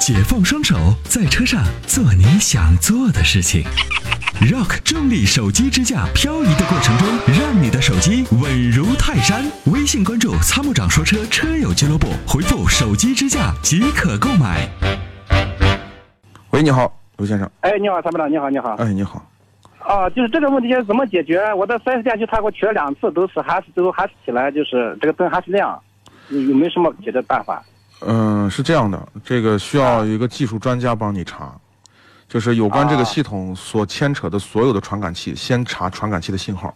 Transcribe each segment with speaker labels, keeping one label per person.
Speaker 1: 解放双手，在车上做你想做的事情。Rock 重力手机支架，漂移的过程中，让你的手机稳如泰山。微信关注“参谋长说车”车友俱乐部，回复“手机支架”即可购买。
Speaker 2: 喂，你好，刘先生。
Speaker 3: 哎，你好，参谋长，你好，你好。
Speaker 2: 哎，你好。
Speaker 3: 啊，就是这个问题怎么解决？我到 4S 店去，他给我取了两次，都是还是都还是起来，就是这个灯还是亮，你有没有什么解决办法？
Speaker 2: 嗯、是这样的，这个需
Speaker 3: 啊
Speaker 2: 要一个技术专家帮你查，就是有关这个系统所牵扯的所有的传感器，先查传感器的信号，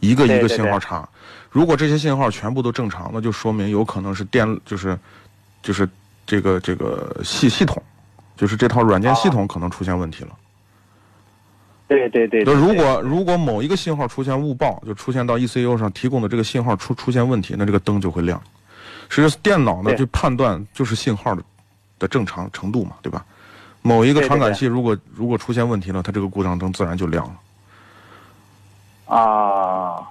Speaker 2: 一个
Speaker 3: 对
Speaker 2: 一个
Speaker 3: 对
Speaker 2: 信
Speaker 3: 对
Speaker 2: 号查。如果这些信号全部都正常，那就说明有可能是电，就是就是这个这个系系统，就是这套软件
Speaker 3: 啊
Speaker 2: 系统可能出现问题了。
Speaker 3: 对对对。
Speaker 2: 就
Speaker 3: 对
Speaker 2: 如果如果某一个信号出现误报，就出现到 ECU 上提供的这个信号出出现问题，那这个灯就会亮。实际电脑呢，
Speaker 3: 对
Speaker 2: 就判断就是信号的的正常程度嘛，对吧？某一个
Speaker 3: 对对
Speaker 2: 传感
Speaker 3: 对
Speaker 2: 器如果如果出现问题了，它这个故障灯自然就亮了。
Speaker 3: 啊，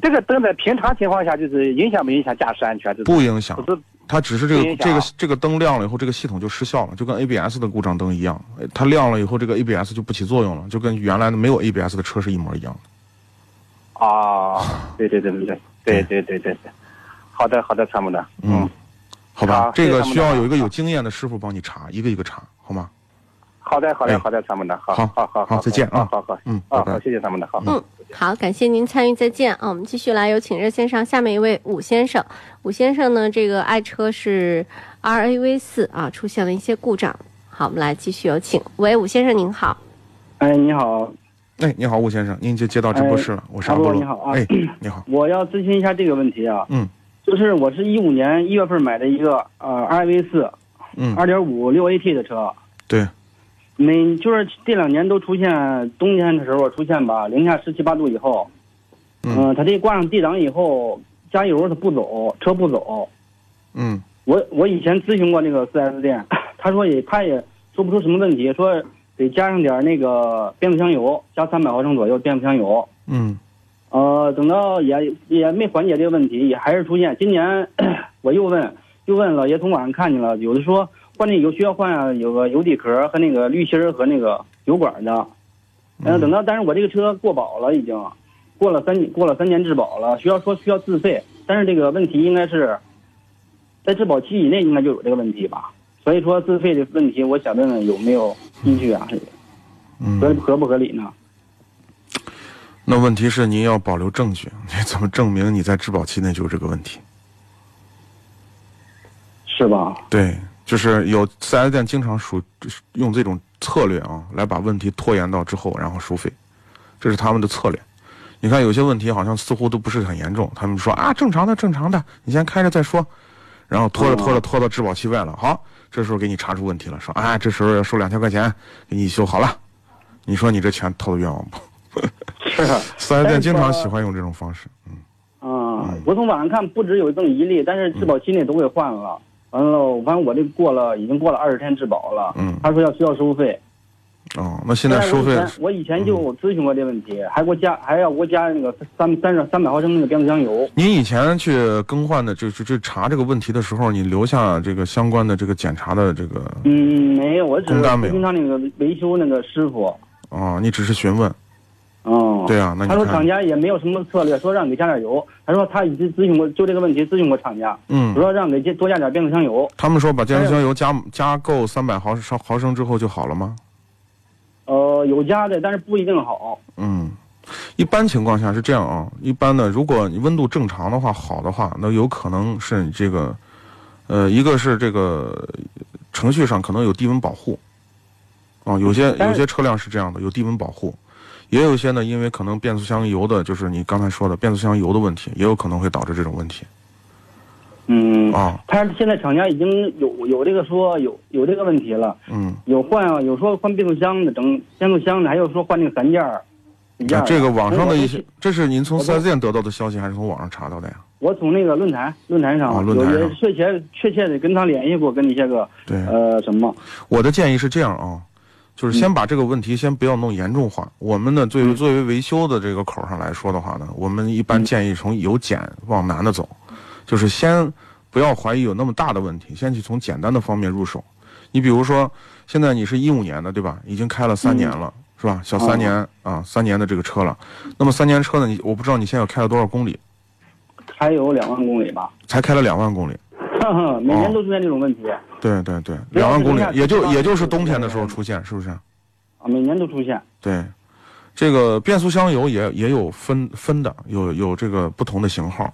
Speaker 3: 这个灯在平常情况下就是影响没影响驾驶安全？这种
Speaker 2: 不影响
Speaker 3: 不，是
Speaker 2: 它只是这
Speaker 3: 不
Speaker 2: 个
Speaker 3: 影响
Speaker 2: 这个这个灯亮了以后，这个系统就失效了，就跟 ABS 的故障灯一样，哎它亮了以后，这个 ABS 就不起作用了，就跟原来的没有 ABS 的车是一模一样的。
Speaker 3: 啊，对对对对对对对对对对。好的好的，参谋长。
Speaker 2: 嗯，好吧
Speaker 3: 好，
Speaker 2: 这个
Speaker 3: 谢谢
Speaker 2: 需要
Speaker 3: 参谋长
Speaker 2: 有一个有经验的师傅帮你查，一个一个查，好吗？
Speaker 3: 好的好
Speaker 2: 哎
Speaker 3: 的好的，参谋长。好
Speaker 2: 好
Speaker 3: 好好
Speaker 2: 好再见啊
Speaker 3: 好好好。
Speaker 2: 嗯
Speaker 3: 啊，
Speaker 2: 拜拜
Speaker 3: 好，谢谢参谋长。好。
Speaker 4: 嗯，好，感谢您参与，再见啊！我们继续来有请热线上下面一位武先生。武先生呢，这个爱车是 RAV 四啊，出现了一些故障。好，我们来继续有请。喂，武先生您好，
Speaker 5: 哎，你好，
Speaker 2: 哎，你好，吴先生，您接接到直播室了，我是阿波罗。
Speaker 5: 阿波罗你好啊
Speaker 2: 哎，你 好，
Speaker 5: 我要咨询一下这个问题啊。
Speaker 2: 嗯，
Speaker 5: 就是我是一五年一月份买的一个呃 RV 四，
Speaker 2: 嗯
Speaker 5: 二点五六 AT 的车，
Speaker 2: 对，
Speaker 5: 每就是这两年都出现冬天的时候出现吧，零下十七八度以后，
Speaker 2: 嗯
Speaker 5: 呃它这挂上 D 档以后加油它不走，车不走。
Speaker 2: 嗯
Speaker 5: 我我以前咨询过那个 4S 店，他说也他也说不出什么问题，说得加上点儿那个变速箱油，加三百毫升左右变速箱油。
Speaker 2: 嗯
Speaker 5: 呃，等到也也没缓解这个问题，也还是出现。今年 我又问，又问老爷从网上看见了，有的说换这油需要换、有个油底壳和那个滤芯儿和那个油管的。嗯、等到但是我这个车过保了，已经过了三过了三年质保了，需要说需要自费，但是这个问题应该是在质保期以内应该就有这个问题吧。所以说自费的问题，我想问问有没有依据啊？合
Speaker 2: 嗯。
Speaker 5: 合不合理呢？
Speaker 2: 那问题是您要保留证据，你怎么证明你在质保期内就有这个问题？
Speaker 5: 是吧？
Speaker 2: 对，就是有 4S 店经常属用这种策略啊，来把问题拖延到之后，然后收费，这是他们的策略。你看有些问题好像似乎都不是很严重，他们说啊正常的正常的，你先开着再说，然后拖着
Speaker 5: 嗯
Speaker 2: 拖着拖到质保期外了，好，这时候给你查出问题了，说啊这时候要收两千块钱给你修好了，你说你这钱掏的冤枉不？
Speaker 5: 是。啊
Speaker 2: 4S 店
Speaker 5: 但是
Speaker 2: 经常
Speaker 5: 吧
Speaker 2: 喜欢用这种方式，嗯
Speaker 5: 啊，我从网上看不止有这么一例，但是质保期内都给换了。完了，反正我这过了，已经过了二十天质保了。
Speaker 2: 嗯
Speaker 5: 他说要需要收费。
Speaker 2: 哦，那现在收费嗯
Speaker 5: 但是啊我以前我以前就咨询过这问题，还给我加，还要给我加那个三三十三百毫升那个变速箱油。
Speaker 2: 您以前去更换的，就就就查这个问题的时候，你留下这个相关的这个检查的这个
Speaker 5: 嗯，没有，我只是
Speaker 2: 公单没
Speaker 5: 咨
Speaker 2: 有
Speaker 5: 询他那个维修那个师傅。
Speaker 2: 啊、你只是询问，
Speaker 5: 嗯，
Speaker 2: 对啊那你
Speaker 5: 他说
Speaker 2: 看
Speaker 5: 厂家也没有什么策略，说让你加点油。他说他已经咨询过，就这个问题咨询过厂家，
Speaker 2: 嗯，
Speaker 5: 说让给加多加点变速箱油。
Speaker 2: 他们说把变速箱油加加够三百毫升毫升之后就好了吗？
Speaker 5: 呃，有加的，但是不一定好。
Speaker 2: 嗯，一般情况下是这样啊，一般的，如果你温度正常的话，好的话，那有可能是你这个，呃，一个是这个呃程序上可能有低温保护，啊，有些
Speaker 5: 嗯但
Speaker 2: 有
Speaker 5: 是
Speaker 2: 些车辆是这样的，有低温保护，也有一些呢，因为可能变速箱油的，就是你刚才说的变速箱油的问题，也有可能会导致这种问题
Speaker 5: 嗯
Speaker 2: 啊，
Speaker 5: 他现在厂家已经有有这个说有有这个问题了，
Speaker 2: 嗯，
Speaker 5: 有换啊，有说换变速箱的，整变速箱的，还有说换那个散件儿。底件
Speaker 2: 啊
Speaker 5: 儿
Speaker 2: 这个网上的一
Speaker 5: 我
Speaker 2: 些
Speaker 5: 都，
Speaker 2: 这是您从
Speaker 5: 我
Speaker 2: 四
Speaker 5: 都
Speaker 2: S 店得到的消息，还是从网上查到的呀？
Speaker 5: 我从那个论坛论坛上
Speaker 2: 啊论
Speaker 5: 有
Speaker 2: 坛上
Speaker 5: 也确切确切的跟他联系过，跟你这个
Speaker 2: 对，
Speaker 5: 呃什么，
Speaker 2: 我的建议是这样啊，就是先把这个问题先不要弄严重化。我们呢，作为作为维修的这个口上来说的话呢，我们一般建议从由简往难的走，就是先不要怀疑有那么大的问题，先去从简单的方面入手。你比如说，现在你是一五年的对吧？已经开了三年了，是吧？小三年、啊，三年的这个车了。那么三年车呢？你我不知道你现在开了多少公里，
Speaker 5: 还有两万公里吧，
Speaker 2: 才开了两万公里。
Speaker 5: 每年都出现这种问题啊，
Speaker 2: 对对对，
Speaker 5: 对
Speaker 2: 两万公里
Speaker 5: 那现在
Speaker 2: 也
Speaker 5: 这
Speaker 2: 就
Speaker 5: 个
Speaker 2: 也就是冬天的时候出现，是不是？
Speaker 5: 每年都出现。
Speaker 2: 对，这个变速箱油也也有分分的，有有这个不同的型号。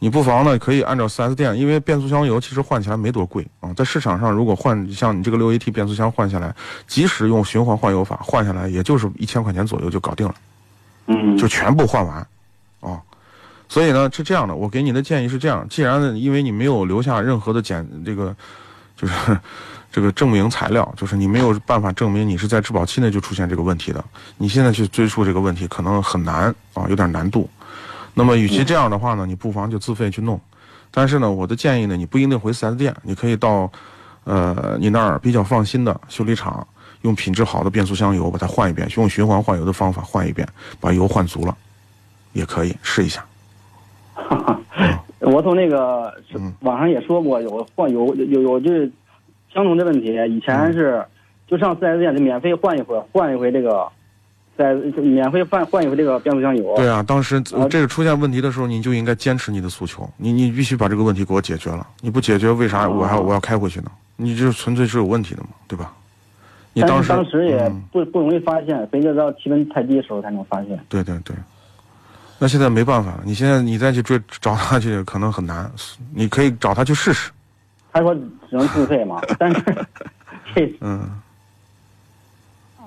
Speaker 2: 你不妨呢可以按照 4S 店，因为变速箱油其实换起来没多贵啊、在市场上如果换像你这个六 AT 变速箱换下来，即使用循环换油法换下来，也就是一千块钱左右就搞定了。
Speaker 5: 嗯，
Speaker 2: 就全部换完，啊、所以呢是这样的，我给你的建议是这样，既然呢因为你没有留下任何的检这个，就是 这个证明材料，就是你没有办法证明你是在质保期内就出现这个问题的，你现在去追溯这个问题可能很难啊，有点难度。那么与其这样的话呢，你不妨就自费去弄，但是呢，我的建议呢，你不一定回 4S 店，你可以到，呃，你那儿比较放心的修理厂，用品质好的变速箱油把它换一遍，用循环换油的方法换一遍，把油换足了，也可以试一下。
Speaker 5: 我从那个是
Speaker 2: 嗯
Speaker 5: 网上也说过，有换有有有就是相同的问题。以
Speaker 2: 嗯
Speaker 5: 前是就上四 S 店就免费换一回，换一回这个，在免费换换一回这个变速箱油。
Speaker 2: 对啊，当时
Speaker 5: 啊
Speaker 2: 这个出现问题的时候，你就应该坚持你的诉求，你你必须把这个问题给我解决了。你不解决，为啥我还我要开回去呢？你就是纯粹是有问题的嘛，对吧？你
Speaker 5: 但
Speaker 2: 当
Speaker 5: 是
Speaker 2: 时
Speaker 5: 当时也
Speaker 2: 嗯
Speaker 5: 不、不容易发现，非得到气温太低的时候才能发现。
Speaker 2: 对对对，那现在没办法了，你现在你再去追找他去，可能很难。你可以找他去试试，
Speaker 5: 他说只能自费嘛，但是这
Speaker 2: 嗯，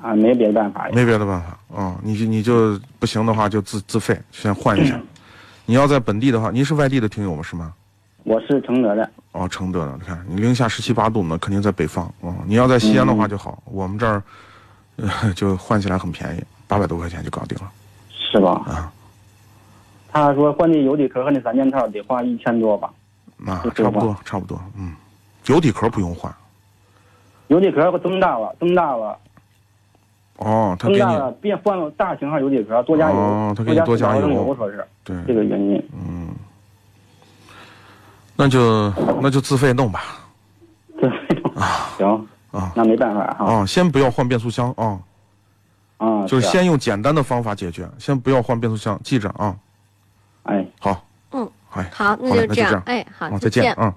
Speaker 5: 啊没别的办法呀。
Speaker 2: 没别的办法啊、嗯你就你就不行的话，就自自费先换一下。
Speaker 5: 嗯
Speaker 2: 你要在本地的话，您是外地的听友吗？是吗？
Speaker 5: 我是承德的，
Speaker 2: 哦，承德的，你看你零下十七八度呢，肯定在北方啊、嗯你要在西安的话就好，
Speaker 5: 嗯
Speaker 2: 我们这儿、 呃、就换起来很便宜，八百多块钱就搞定了。
Speaker 5: 是吧？
Speaker 2: 啊
Speaker 5: 他说换那油底壳和那散件套得花一千多吧。
Speaker 2: 那、
Speaker 5: 对
Speaker 2: 差不
Speaker 5: 吧
Speaker 2: 多，差不多，嗯，油底壳不用换
Speaker 5: 油底壳增大了，增大了，
Speaker 2: 哦，他
Speaker 5: 增
Speaker 2: 给
Speaker 5: 大
Speaker 2: 你
Speaker 5: 了，变换了大型号啊油底壳，多加油，
Speaker 2: 哦他给你多
Speaker 5: 多
Speaker 2: 加油嗯
Speaker 5: 油，说是
Speaker 2: 对
Speaker 5: 这个原因。
Speaker 2: 嗯，那就那就自费弄吧
Speaker 5: 对，行，
Speaker 2: 啊
Speaker 5: 那没办法哈。
Speaker 2: 啊，先不要换变速箱啊，
Speaker 5: 啊，
Speaker 2: 哦就是
Speaker 5: 啊
Speaker 2: 先用简单的方法解决，先不要换变速箱，记着啊。
Speaker 5: 哎。
Speaker 2: 好，
Speaker 4: 嗯，
Speaker 2: 哎，
Speaker 4: 好，那
Speaker 2: 嘞
Speaker 4: 就这样，哎，好
Speaker 2: 啊，，再
Speaker 4: 再
Speaker 2: 见
Speaker 4: 见，。
Speaker 2: 嗯。